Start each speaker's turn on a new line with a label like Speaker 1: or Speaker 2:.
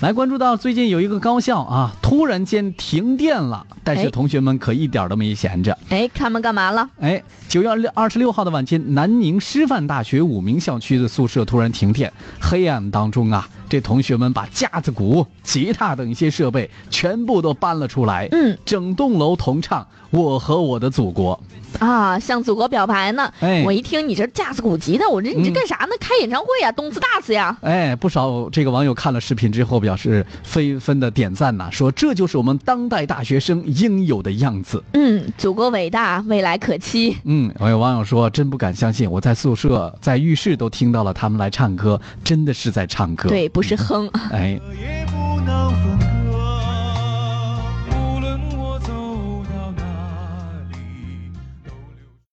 Speaker 1: 来关注到最近有一个高校啊，突然间停电了，但是
Speaker 2: 哎
Speaker 1: 同学们可一点儿都没闲着。
Speaker 2: 哎，他们干嘛了？
Speaker 1: 哎，九月二十六号的晚间，南宁师范大学武鸣校区的宿舍突然停电，黑暗当中啊，这同学们把架子鼓、吉他等一些设备全部都搬了出来，
Speaker 2: 嗯
Speaker 1: 整栋楼同唱《我和我的祖国》。
Speaker 2: 啊，向祖国表白呢。
Speaker 1: 哎
Speaker 2: 我一听你这架子鼓级的，我这你这
Speaker 1: 嗯
Speaker 2: 干啥呢？开演唱会呀，动次大次呀。
Speaker 1: 哎，不少这个网友看了视频之后表示纷纷的点赞呐、说这就是我们当代大学生应有的样子。
Speaker 2: 嗯，祖国伟大，未来可期。
Speaker 1: 嗯，我有网友说，真不敢相信，我在宿舍、在浴室都听到了他们来唱歌，真的是在唱歌。
Speaker 2: 对，，不是哼。
Speaker 1: 哎，
Speaker 3: 也不能分割。